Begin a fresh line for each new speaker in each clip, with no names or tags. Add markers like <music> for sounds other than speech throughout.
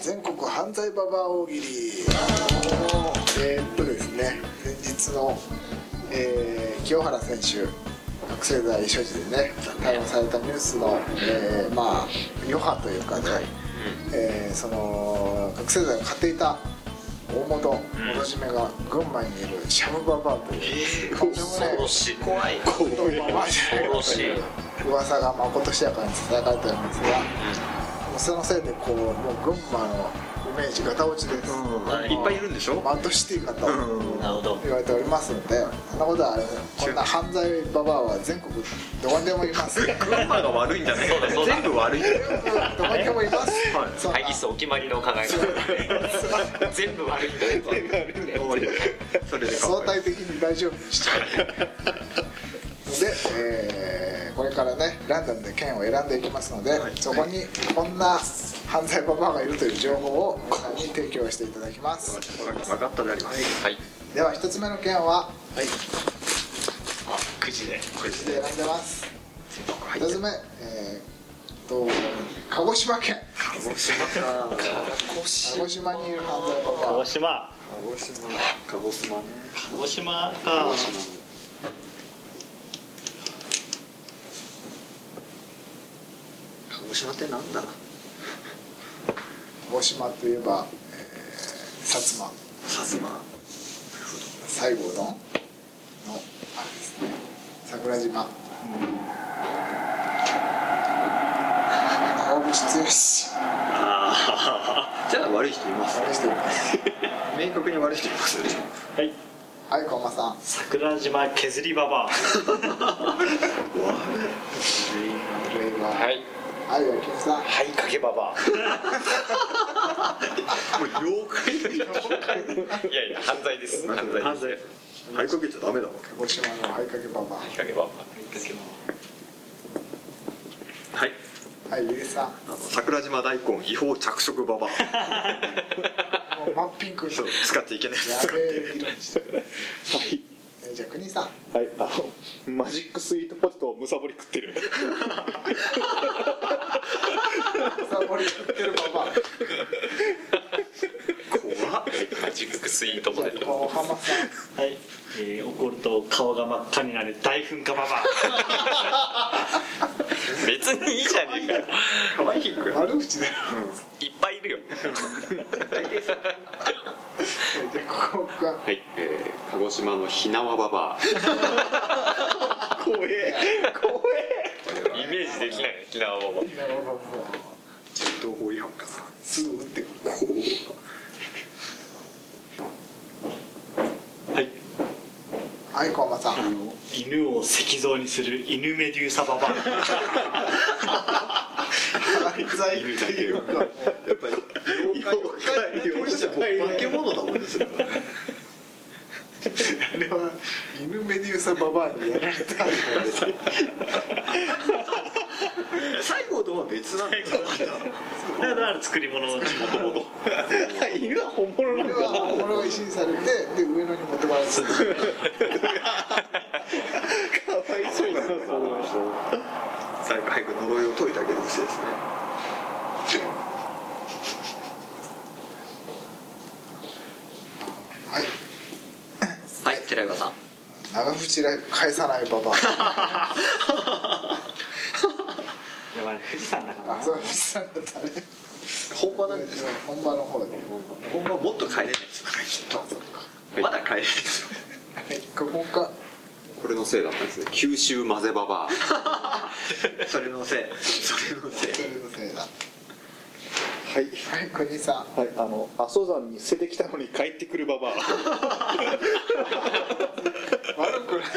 全国犯罪ババア大喜利えーっとですね先日の、えー清原選手覚醒剤所持でね逮捕されたニュースの、えーまあ余波というかね、えーその覚醒剤を買っていた大元元締めが群馬にいるシャブババアという、とんでもない
恐ろしい怖い恐ろしい
噂がまことしやかに伝えられておりますが、もうそのせいでこうもう群馬のイメージがた落ちです、
うんいっぱいいるんでしょ
マッドシティかと
うん
なるほど
言われておりますのでそんなことはあれこんな犯罪ババアは全国どこにでもい
<laughs>
ますど
群馬が悪いんじゃない
そうだそうだ
全部悪いんじゃない
こにでもいます
はい
そんな
会議室お決まりの考え方全部悪いんだよ
それで
相対的に大丈夫にしちゃうで、えーこれからねランダムで県を選んでいきますので、
はい
そこにこんな犯罪ババアがいるという情報を皆さんに提供していただきます
分かったであります
はい
では一つ目の県は
はい
9時で
これ
選んでます一つ目、えーっと鹿児島県
鹿児島か
鹿児島にいる犯罪ババア
鹿児島
鹿児島鹿児島ね
鹿児島か
鹿児島ってなんだ
鹿児島といえば、えー、薩摩
薩摩
西郷どんのあれですね桜島長渕剛
ああじゃあ悪い人います
試してみます
明確に悪い人いますよね
はい
はいこんばんさん
桜島削りババ
レイは
はい
はいよきみさん
はいかけババ
もう妖怪だよ
いやいや犯罪です犯罪です
罪はいかけちゃダメだわ
鹿児島のはいかけパ
きっかけは
はい
パはいゆりさん
あの桜島大根違法着色ババア
もう真っピンクに
そう使っちゃいけない
や
使っ
べえ
て
色してるえじゃあ国さん
はいあのマジックスイートポテトをむさぼり食ってる
さあこれ言ってるパパ
怖っ
マジックスイートポ
じゃ
テ
あ
ト
小浜さん
はい、えー、怒ると顔が真っ赤になる大噴火ババ
<laughs> 別にいいじゃねえかよ
可愛いく
悪口だよ
いっぱいい
<laughs>
るよ
じゃあここが
はい、えー、鹿児島のひなわばば
怖え
イメージできない沖縄も
なるほどもう
銃刀法違反かな
すぐ打ってくる
こう
アはい
はい小浜さん
あの犬を石像にする犬メデューサババア
犯罪っていうか
やっぱり妖怪妖怪じゃない化け物だもんねそれは
あれは犬メデューサババアにやられたんだよね
最後とは別なんだよ
だから作り物の犬は本物な
こ
<laughs>
れはこれは石にされてで上野に持ってもらって
かわいそうだな最後早く呪いを解いてあげてほしいですね
はい
はい寺岩さん
長渕ライブ返さないババ
やばい富士山だから
ア長渕さんだったね
本場なんです
本場の方で
本場もっと帰れないですまだ帰れないですよ
はいここか
これのせいだったんですね九州混ぜばば
それのせいそれのせい
それのせいだは
はい、
い国さん
はい、あの阿蘇山に捨ててきたのに帰ってくるババア
悪くない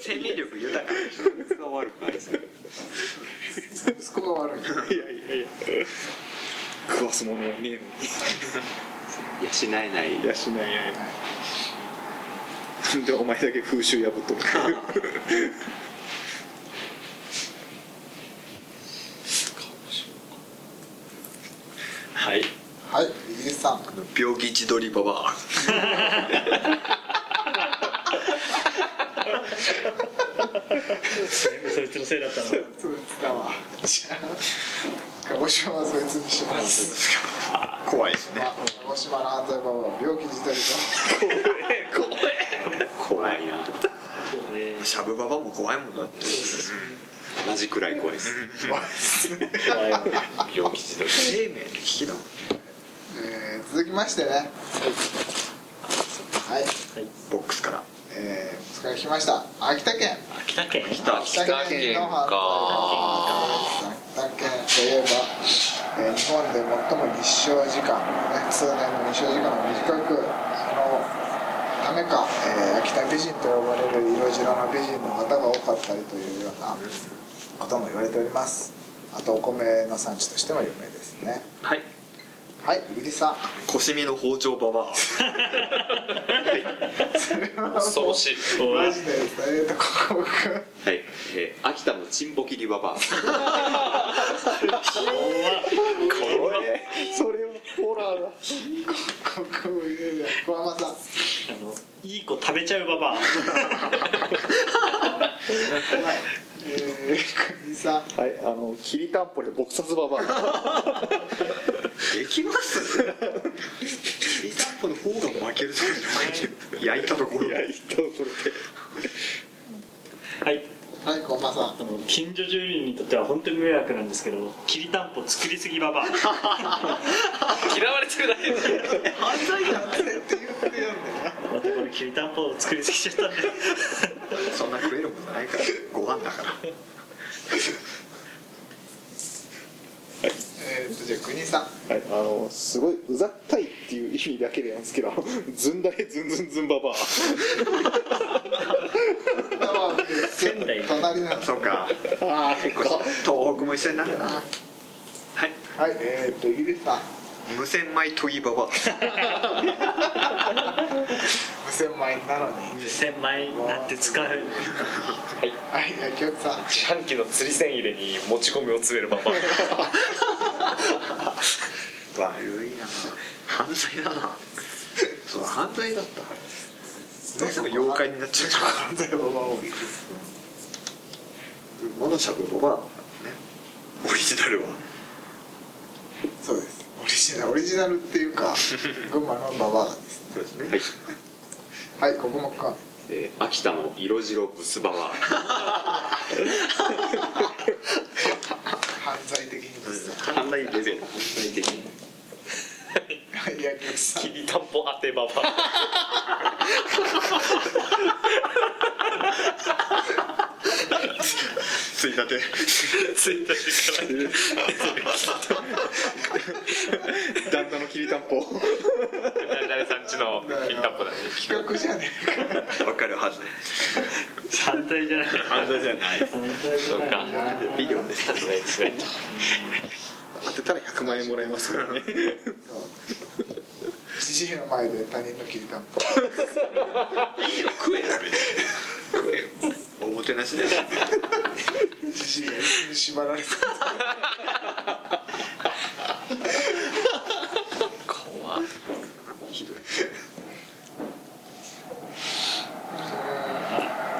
生命力豊かでしょ
が悪くないですね
息子が悪い
いやいやいや食わすものはねえのに
養えない
いやしないやいやでお前だけ風習破っとる
はい
はいイギリスさん
病気自撮りババア
全部そいつのせいだったの
そうだわじゃあ鹿児島はそいつにします
怖いですね
まあ鹿児島の犯罪場は病気自体と
怖いな
しゃぶババも怖いもんだって
同じくらい怖いです
病気時代
生命の危機だもん
えー続きましてねはい、
ボックスから
えー、それから来ました秋田県
秋田県
秋田県の犯罪場秋田県といえば、えー日本で最も日照時間ね通年の日照時間が短くそのためか、えー秋田美人と呼ばれる色白の美人の方が多かったりというようなことも言われておりますあとお米の産地としても有名ですね
はい
はいゆり <laughs> さん
腰身の包丁ババ
恐ろしい
マジでえーとここ僕
はい、えー秋田のチンポキリババア
それはホラーだ
ここもいやいや小浜さん
あのいい子食べちゃうババア
えー、国さん
はいあのきりたんぽで撲殺ババア
できますきりたんぽの方が負けるじゃない焼いたところ
いったこ
はい
はい小浜さん
あの近所住民にとっては本当に迷惑なんですけどきりたんぽ作りすぎババア
嫌われてるだけで
<laughs> またこれきりたんぽを作りすぎちゃったんで
<laughs>
そんな食えるもんじゃないからご飯だから
えーとじゃあ国さん
れはいあのすごいうざったいっていう意味だけでなんですけどずんだれずんずんずんババ
仙台
隣なんです
そうか
アああ結構
東北も一緒になるなはい
はいえーとゆりさん
無洗米といババ
無洗米なのに
1000枚なんて使う
はい薬局さん
自販機の釣り線入れに持ち込みを詰めるバ
<laughs>
バア
悪いな犯罪だなそう犯罪だったどうしても妖怪になっちゃう
犯罪ババア多い
モノシャブボバねオリジナルは
そうですオリジナルオリジナルっていうか群馬のババアです
そうですね
はい、
はいここもか
えー秋田の色白ブスババ
犯罪的にです
ア犯罪レベル犯罪的に
はい薬局さん
きりたんぽ当てババア
ついたて
ついたてから
旦那のきりたんぽ
誰さんちのきりたんぽだね
企画じゃね
わかるはず
反対じゃない
犯罪じゃない
反対じ
そ
ゃ
う
ない
か
ビデオで
当てないですね
当てたら100万円もらえますからね
えかじじいの前で他人の切りたんぽ
食えだ食えよおもてなしだよ
じじいが椅子に縛られて
ひどい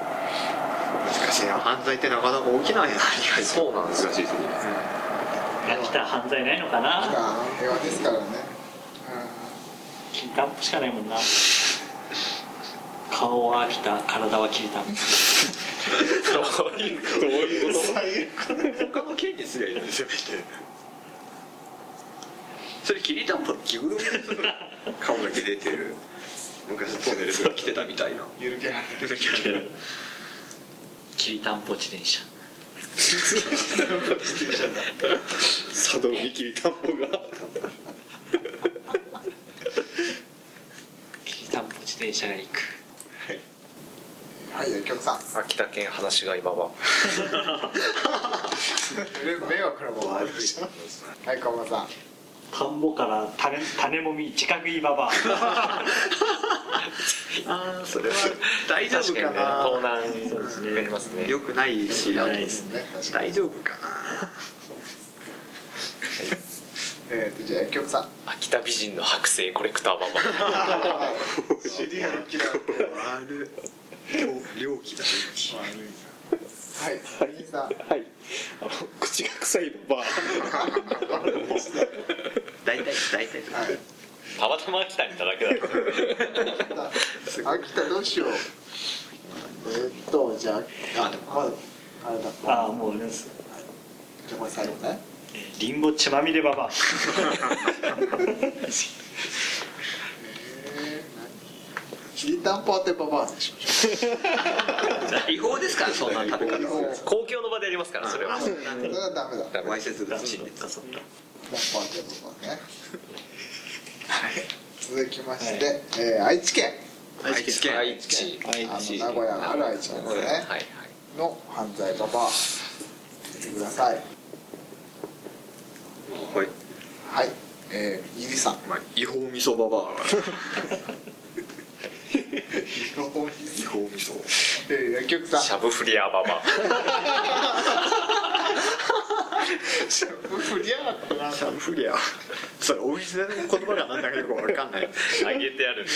難しいな犯罪ってなかなか起きないな
そうなんですよ
難しいですね
秋田犯罪ないのかな
た平和ですからね
きりたんぽしかないもんな顔は秋田体はきりたんぽ
他の県にすりゃいいんですよそれきりたんぽの着ぐるみですよ顔だけ出てる昔トンネルズが着てたみたいな
ゆるキャラ
きりたんぽ自転車
佐渡にきりたんぽが
きりたんぽ自転車が行く
はい薬局さん
秋田県話し飼いババア
迷惑なもんあるでしょはい小浜さん
田んぼから種種もみ自覚いいババア
ああそれは大丈夫
確か
か
にね盗
な
難
そうですね
ありますね
良くないし
良くないです
ね確かに
大丈夫かな
えーとじゃあ薬局さん
秋田美人の剥製コレクターババ
知り合い嫌い
<laughs> 悪い狂気だ狂気
悪いはい
はい
さん
はいあの口が臭いバー
大体大体
はい
たまたま秋田にいただけだろ
秋田どうしようえーっとじゃああまだあれだ
<laughs> ああもうあれです
じゃあこれ最後ね
リンゴ血まみれババア
えー何きりたんぽ当てババアでしょ
違法ですからそんな食べ方
公共の場でやりますからそれは
それはダメだ
わいせつだ
あそっか
ラッパーということね。はい。続きまして、えー愛知県、
愛知県
愛知
あの名古屋のある愛知県ですね。
はい
の犯罪ババア。見てください。
はい
はい。えー、ゆりさん。
まあ違法味噌バ
<laughs>
バアが違法味噌
えー、薬局さん。
シャブフリアババ
フリアだったな。
シャブフリアそれお店の言葉がなんだかよくわかんない
アあげてやるんで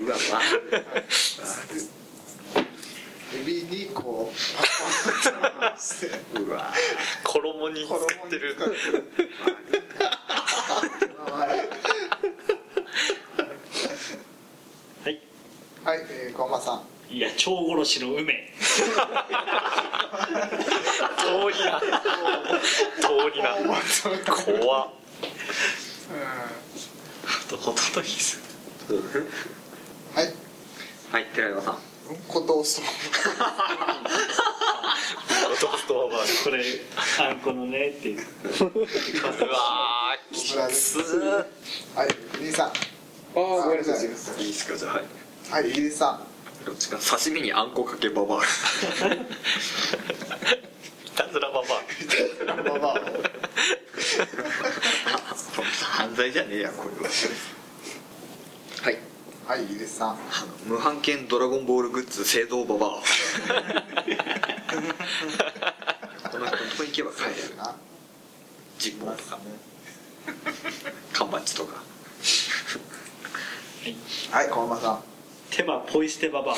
うわ
指にこう。パンパンして
うわ
衣に使
衣に使
っ
っててる
るはい
はい、えー、こんばんさん。
いや蝶殺しの <laughs> 梅遠いな遠いな怖っあとホトトギス
はい。
はい寺山さん
うんことをする。
ホトトババアこれあんこのねっていう
うわー
小倉です。はい、ゆりさん。
ああごめんなさい
いいっすかじゃあはい
はい、ゆりさん。
どっちか刺身にあんこかけババ
い
ア <laughs>
たずらババ
ババア。
犯罪じゃねえやこれははい
はい、ゆりさん。
あの無版権ドラゴンボールグッズ製造ババアこの人のとこ行けば買える
な。
ジッポーとか缶バッジとか
はい、小浜さ
ア手間ポイ捨てババ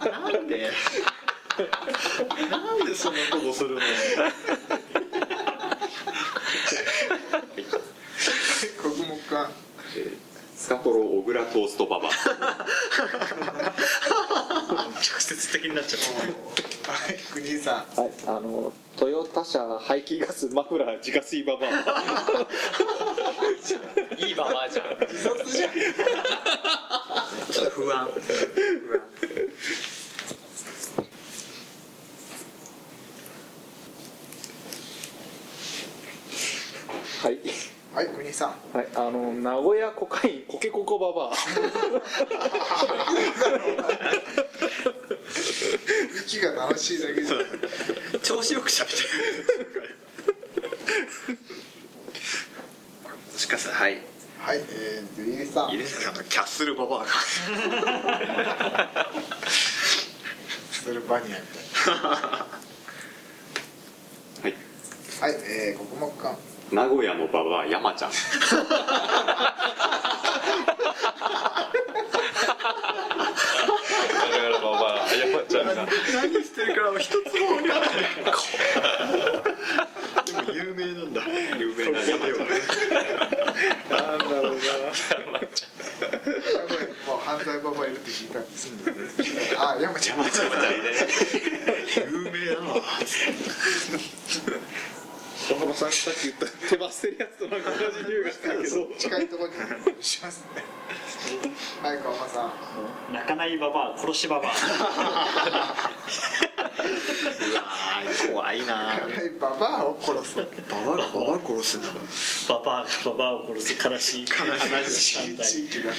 ア
なんでなんでそんなことする
ん。
の
国木館。
スカポロ小倉トーストババア
直接的になっちゃった
はい、国井さん。
はいあのトヨタ車排気ガスマフラー自家水ババア
いいババアじゃん
不安
はい
はい、国井さん。
はいあの名古屋コカインコケココババア
息が楽しいだけで。
調子よくしゃべって <laughs> るもしかしたらはい
はい、えー、ゆりさん。
入れてたのキャッスルババアが
スルバニ
は
アみ
い
たいな。はい、えー、国木館。
名古屋のババア山ちゃん
だからババア謝っちゃうな
何してるか一つも分からないでも有名なんだ有名な山
なんだろうな。もう犯罪ババアいるって聞いたんですけどね。あ、山ちゃん。山ちゃん。
有名だな
小浜さんがさっき言った手羽捨てるやつとなんか同じ匂いがしてるけど
近いところにしますね。はい、小浜さん。
泣かないババア殺しババア
怖いな
はい、ババアを殺す。
ババアがババア殺すんだもん
ババアがババアを殺す悲しい
悲しい地域が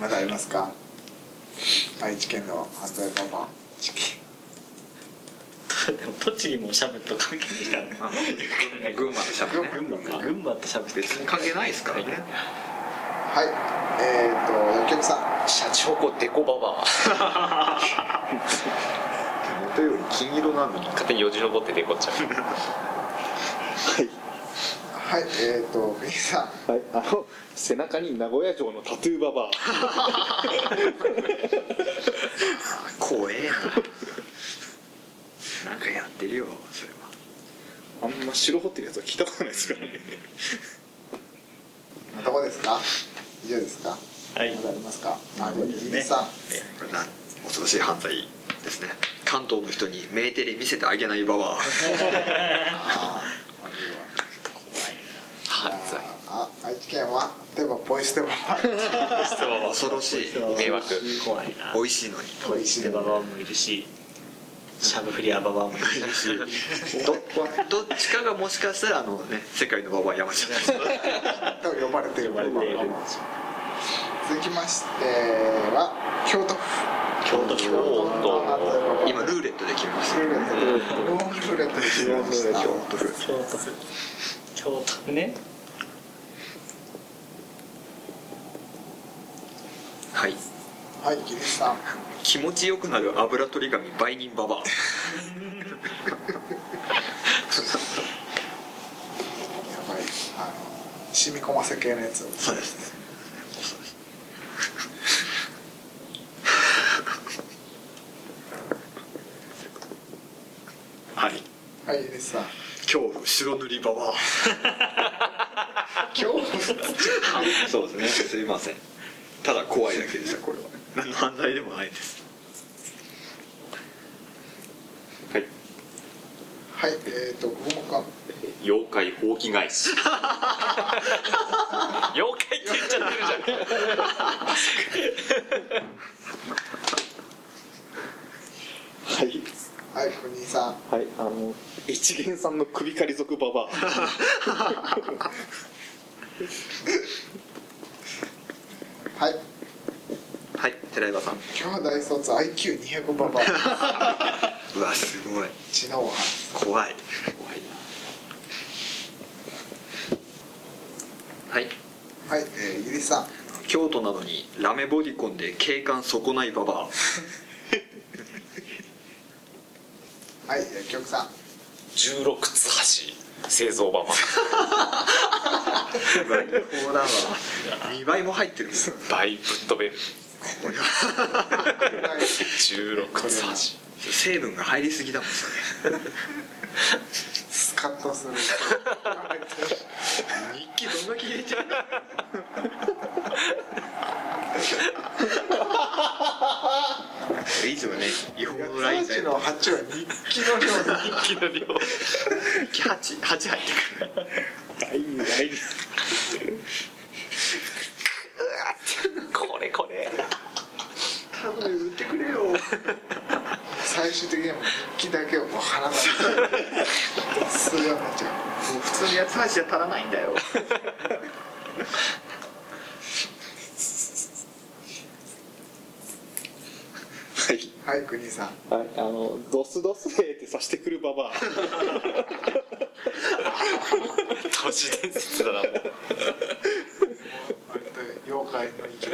まだありますか愛知県の犯罪ババ
でも栃木もシャブと関係ないからね
群馬のしゃべ群馬
群馬とシャブって
別に関係ないですからね
アはいえっ、ー、と薬局さん
シャチホコデコババア
元より金色なのに
勝手によじ登ってデコっちゃう
はい
はいえっ、ー、と国井さ
はい、あの背中に名古屋城のタトゥーババア
<laughs> 怖えななんかやってるよそれは
あんま城掘ってるやつは聞いたことないですからね
んどこですか以上ですか
はい
まだありますかあ
そうですね
国井さん
えこれな恐ろしい犯罪ですね関東の人にメーテレ見せてあげないババア
犯罪
あ愛知県は例えばポイ捨てババ
恐ろしい
迷惑
怖いな
美味しいのに
ポイ捨てババアもいるしシャブフリアババアもいるし
どどっちかがもしかしたらあのね世界のババア山ちゃん
ア <laughs> と呼ばれている
呼ばれている
続きましては京都府
京都京
都
今ルーレットで決めました
ルーレットでローンルーレットで決めました
ロ
京都府
京都京都ね
はい
はいギリさん
気持ちよくなる油取り紙売人ババア
やっぱりあの染み込ませ系のやつを
そうですねそうですはい
はいギリさん
恐怖白塗りババア
京都府
そうですねすいませんただ怖いだけでしたこれは何の犯罪でもないです
はい
はいえっ、ー、と国語館
妖怪放棄返し
妖怪って言っちゃってる
はい
はい国井さん
はいあの一元さんの首狩り族ババア
はい
<laughs> はい寺岩さん
兄弟卒 IQ200 ババア
うわすごい
知能は
怖いはい
はいえー、ギリさん
京都なのにラメボディコンで景観損ないババ
はい薬局さん
じゃん16つ橋製造版
ア <laughs> 乱暴だわ2倍も入ってるもん
大ぶっ飛べる
はい
16つ橋
<laughs> 成分が入りすぎだもんそ
スカッとする
れ日記どんな消えちゃう以上ね違法のラインだ
38の8
よ
は日記の量に
一気の
8
量
入ってくる
大大
これこれ
頼む売ってくれよ
最終的にはもう日記だけをもう払わないするようになっちゃう
もう普通の八つ橋じゃ足らないんだよ
はい
はい国井さん
はい、あの、ドスドスでってさしてくるババア。
都市伝説だな
割と妖怪の意見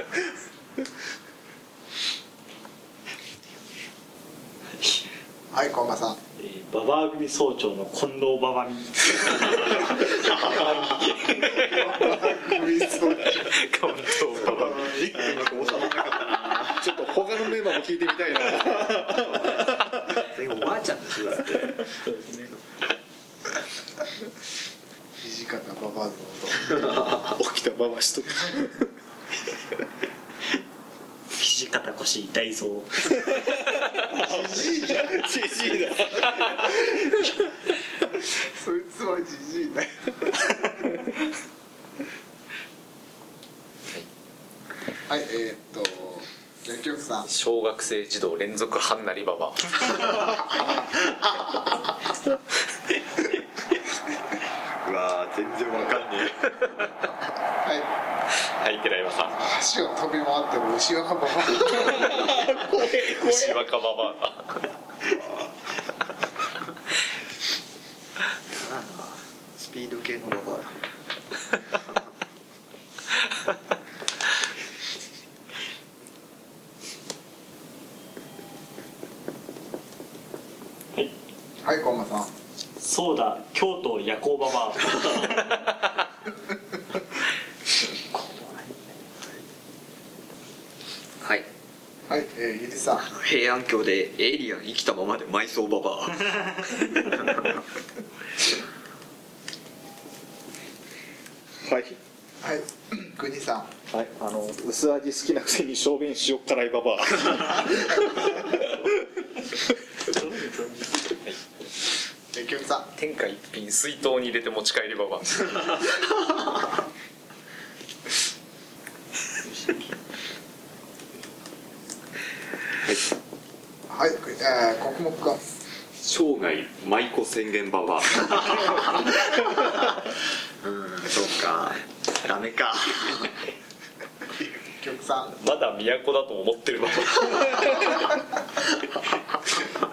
はいこんばんさん
えーババア組総長の近藤ババミ
関東ババ
ちょっと他のメンバーも聞いてみたいな。
おばあちゃんですよだって
土方ババアの
起きたババアしとく。
肘肩腰大蔵
じじいだ。
そいつはじじいだよはいえー、っと薬局さん
小学生児童連続ハンナリババ
うわー全然わかんね
はい
はい寺山さん
橋を飛び回っても牛若ババ
牛若ババ
えなんだスピード系のババア
アはいこんばんさん
そうだ兄京都夜行バ
<laughs>
バア
はい
はい、えー、ゆりさん
平安京でエイリアン生きたままで埋葬ババア
はい
はい国さん
はい、あの薄味好きなくせに小便塩辛いババア
えーきょんさん
天下一品水筒に入れて持ち帰りババア
はい、くえー、国木くん
生涯舞妓宣言ババア
うんそうかダメか
きょんさん
まだ都だと思ってるババ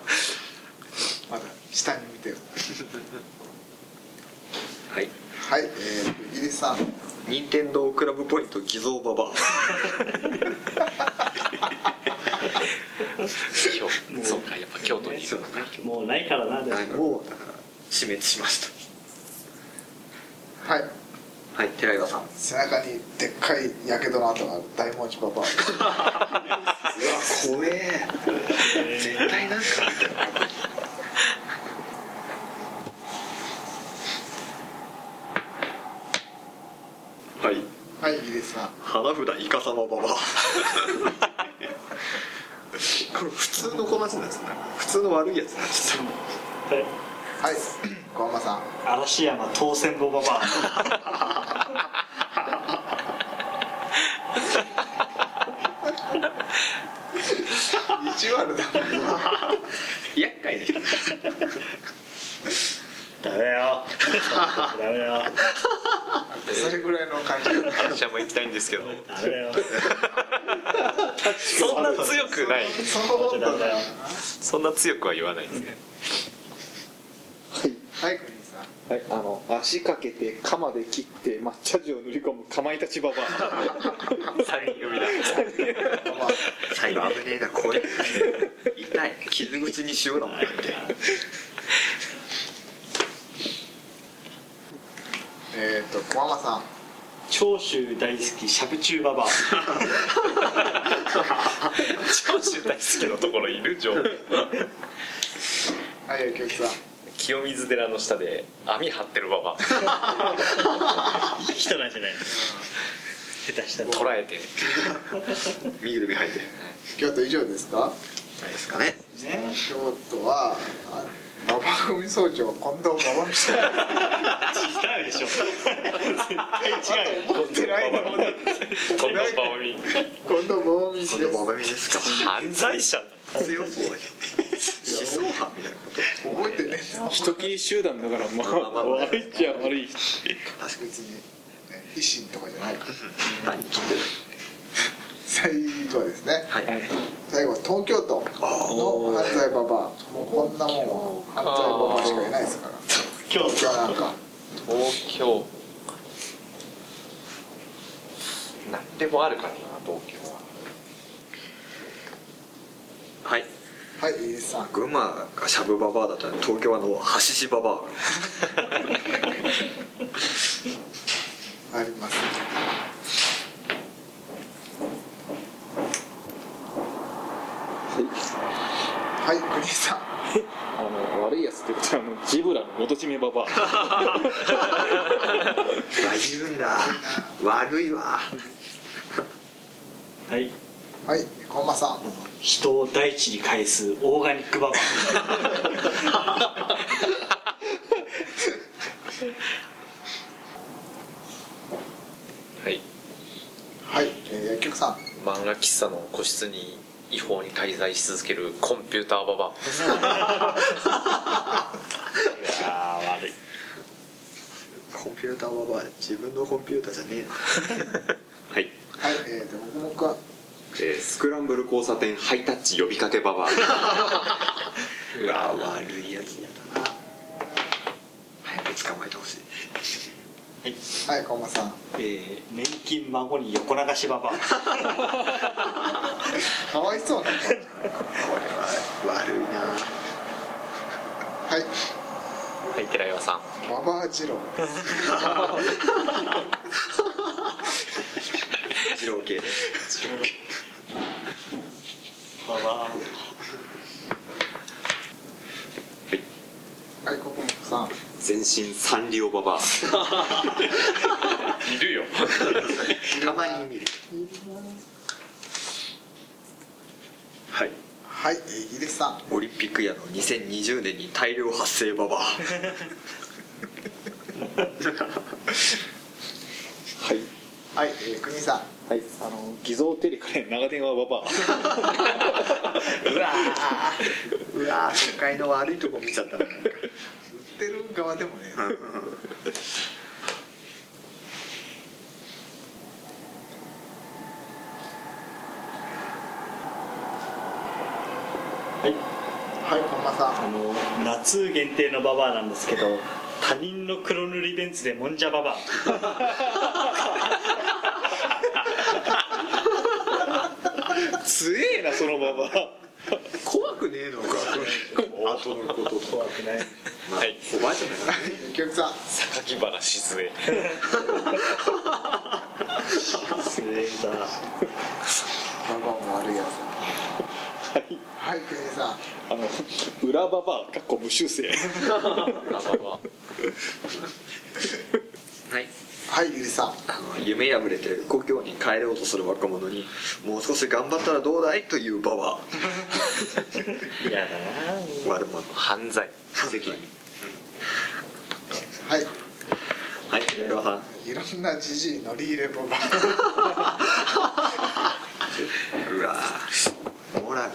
まだ下に見てる
はい
はい、えー、ゆりさん
任天堂クラブポイント偽造ババ
アそうかやっぱ京都にいる
もうないからなで
ア
も
はいもうだから死滅しまし
はい
たはい寺岩さん
背中にでっかいやけどの跡がある大文字パパ
怖え絶対なんか <laughs>
はい
はい、ゆりさん
花札イカサマババアこれ普通の子なしなんですね普通の悪いやつなんですよ
はい、小浜さん
嵐山当選ボババア
意地悪だ
厄介な人
ダメ
<laughs>
よダメよ
それぐらいの感じだ
会社も行きたいんですけど
ダメよ
そんな強くない
その温
ダ
度
メ
だ
だ
よ
よ
そんな強くは言わないですね
はい
はい、国さん
はい、あの足かけて鎌で切って抹茶塩を塗り込むかまいたちババア
<laughs> 3人組だ
最後危ねえな怖い痛い傷口に塩だもんだって
えーと、小浜さん
長州大好きしゃぶ
<laughs>
中ババア
長州大好きのところいる上
はい、きょんさん
清水寺の下で網張ってるババ
人なんじゃないの下手した
ア
ら
捕らえて
身ぐるみ履いて
京都以上ですか
ないですかね
ね京都はあ馬場組総長近藤馬場 <laughs> 組
違うでしょ絶対違うよ
持ってないの近
こんなババミ
藤馬場組で
こ
す
んなババミですか
犯罪者
強そうだけど思想犯みたいなこと
覚えてねえな
人切り集団だからまあ悪いっちゃ悪い
確か別に、ね、維新とかじゃないから
何切ってる
最後はですね
はい
最後は東京都の犯罪ババアもうこんなもん犯罪ババアしかいないですから
今日
東京なんか
東京何でもあるからな東京は
はい
はいイギリスさん
群馬がしゃぶババアだったら東京はあのはししババ
ありますはい国井さん
あの悪いやつってことはあのジブラの元締めババア
アいるんだ悪いわ
はい
はい小間さん
人を大地に返すオーガニックババ
はい
はい、えー、薬局さん
漫画喫茶の個室に違法に滞在し続けるコンピューターババ
アいやー悪い
コンピューターババア自分のコンピューターじゃね
はい、
はいえーと僕もくん
えースクランブル交差点ハイタッチ呼びかけババア
えなうわ悪いやつやだな早く捕まえてほしい
はい小間さん
えー、年金孫に横流しババア
かわいそうな
これは悪いな
はい
はい寺岩さん
ママアジロ
二郎系
まあまあ
はいここもさん
全身サンリオババア
いるよ
たまに見るはい
はいえーイギリスさん
オリンピックやの2020年に大量発生ババア
はい
はいえー国井さん
はいあの偽造テレカで長電話ババア
うわーうわー都会の悪いとこ見ちゃったな
売ってる側でもね
はい
はい本間さん
あの夏限定のババアなんですけど他人の黒塗りベンツでもんじゃババア
強えなそのババア
怖くねえのか後のことと
怖くない
はい
おばあちゃんだな
結局さん
榊原静江
すげえだ
ママも悪いやつはいはい国井さん
あの裏ババアかっこ無修正
はい
はいゆりさん
あの夢破れて故郷に帰ろうとする若者にもう少し頑張ったらどうだいというババ
嫌だな
ア悪者
犯罪責任
はい
はい平和さん
いろんなじじい乗り入れボバ
うわーモラル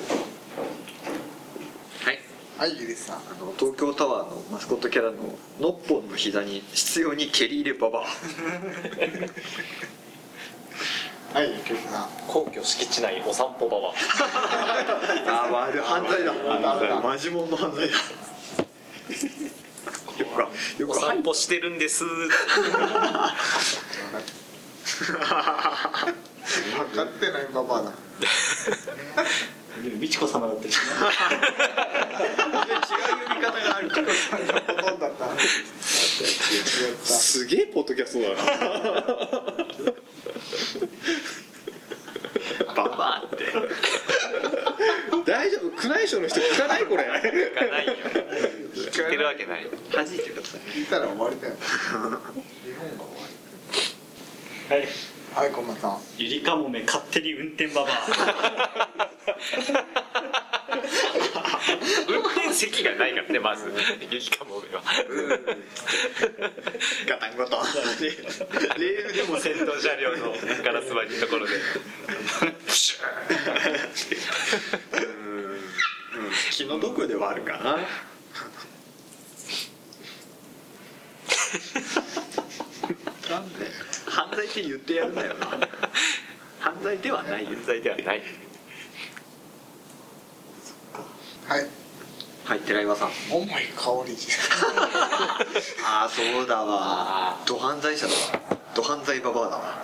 はい
はいゆりさん
あの東京タワーのマスコットキャラのノッポンの膝に執拗に蹴り入れババア
はい結局さん
皇居敷地内お散歩ババ
あー、まあ、犯罪だ
犯罪だ
マジモンの犯罪だよくあよ
お
くあ
散歩してるんです
分かってないババアだ
でも美智子様だったりしな
違う呼び方があるから
ほとんどだった違った
すげえポッドキャストだな
ババアって
大丈夫宮内省の人聞かないこれ
行かないよ聞けるわけない
弾いてください
聞いたら終わりだよ日本が終わ
はい
りはいこんばんさん
ゆりかもめ勝手に運転ババ
運転席がないからねまずゆりかもめは
ガタンゴトンレールでも
先頭車両のガラス張りのところでプシュー
気の毒ではあるかななんで犯罪って言ってやるんだよな犯罪ではないよ
犯罪ではない
はい
はい寺岩さん
桃井かおりじ
ああそうだわド犯罪者だわド犯罪ババアだわ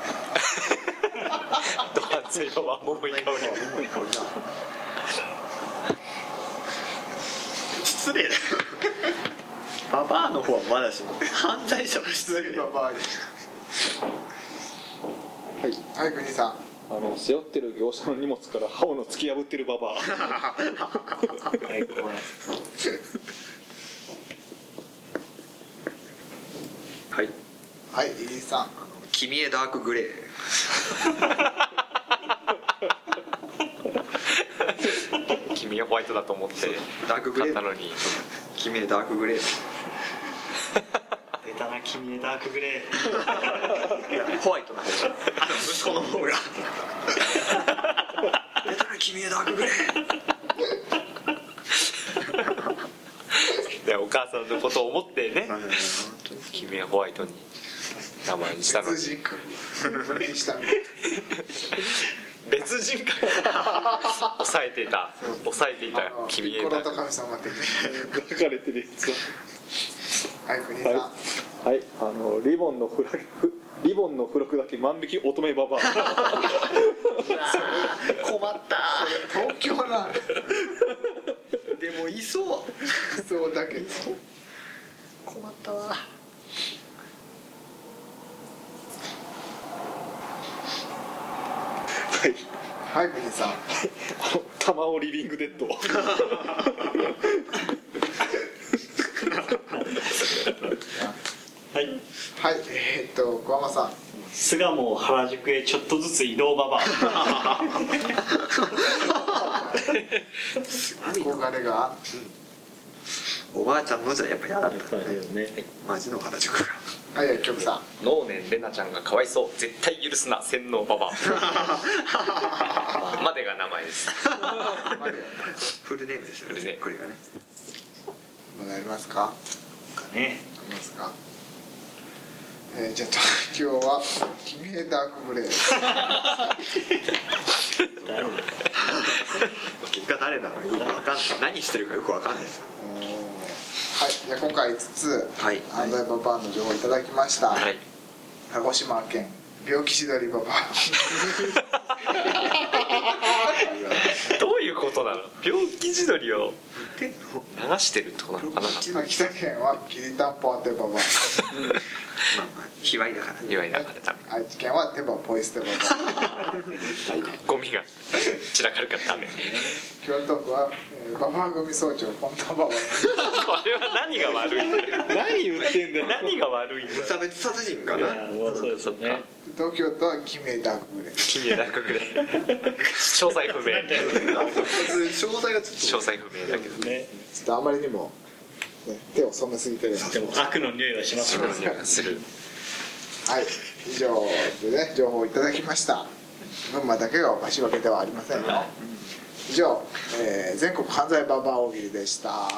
ドハツイババもういい香り
失礼だよババアの方はまだしも犯罪者は失礼だ
バ
よ
バア
はい
はい国さん
あの背負ってる業者の荷物から刃物突き破ってるババア
アはいここ
はい
はいイギリスさん
君へダークグレー
君はホワイトだと思って
ダークグ
買
レ
っ
ー
たのに
君へダークグレー
出たな君へダークグレー
ホワイトの方があの息子の方が出たら君へダークグレー
でお母さんのことを思ってね君はホワイトに名前にしたのに
別人格それにしたの
別人格抑えていた抑えていた
あの
君へ
ピッコロ
だ
と神様って
書かれてるやつ
はい国さん
は
はい
はいあのリボンの付録リボンの付録だけ万引き乙女ババア
困った
い東京な
<laughs> でもいそう
そうだけど困ったわ
はい
はいブリンさん
あの玉をリビングデッド
はい
はいえーっと小浜さん
巣鴨原宿へちょっとずつ移動ババア
憧れが
おばあちゃんのじゃやっぱ嫌だったね
ね
マジの原宿が
はい薬局さん
能年レナちゃんがかわいそう絶対許すな洗脳バ
<laughs>
バアまでが名前です
まで
フルネームですよ
フルネー
ね
ム
これがね
もありますか
ね
ありますかえー、じゃあ今日は「鬼名ダークブレイド」
結果誰なのかよくわかんない何してるかよくわかんないです
はい、じゃあ今回5つ
はい
安西ババアの情報をいただきました、
はい
鹿児島県病気しどりババ
どういうことなの病気自撮りを
で
流してるってことなのか
ア
な
秋田県はきりたんぽあてババ
まあまあ卑猥だからね
祝いながらダメ
ア愛知県は手羽ポイ捨てババア
ゴミが散らかるからダメこ
京都府は、えー、ババア組総長本田ババ
れは何が悪いんだよ
何言ってんだよ
何が悪いんだ
無
よ
差別殺人か
い
な
やもうそうですよね
東京都は決名ダークブレイ
君だくぐらい詳細不明
詳細がちょっと
詳細不明だけど
ね
ちょっとあまりにも、ね、手を染めすぎてるので
でも悪の匂いはします
そ
よ
の匂いがする
はい以上でね情報をいただきました群馬だけがおかしいわけではありませんよ以上、えー全国犯罪ババア大喜利でした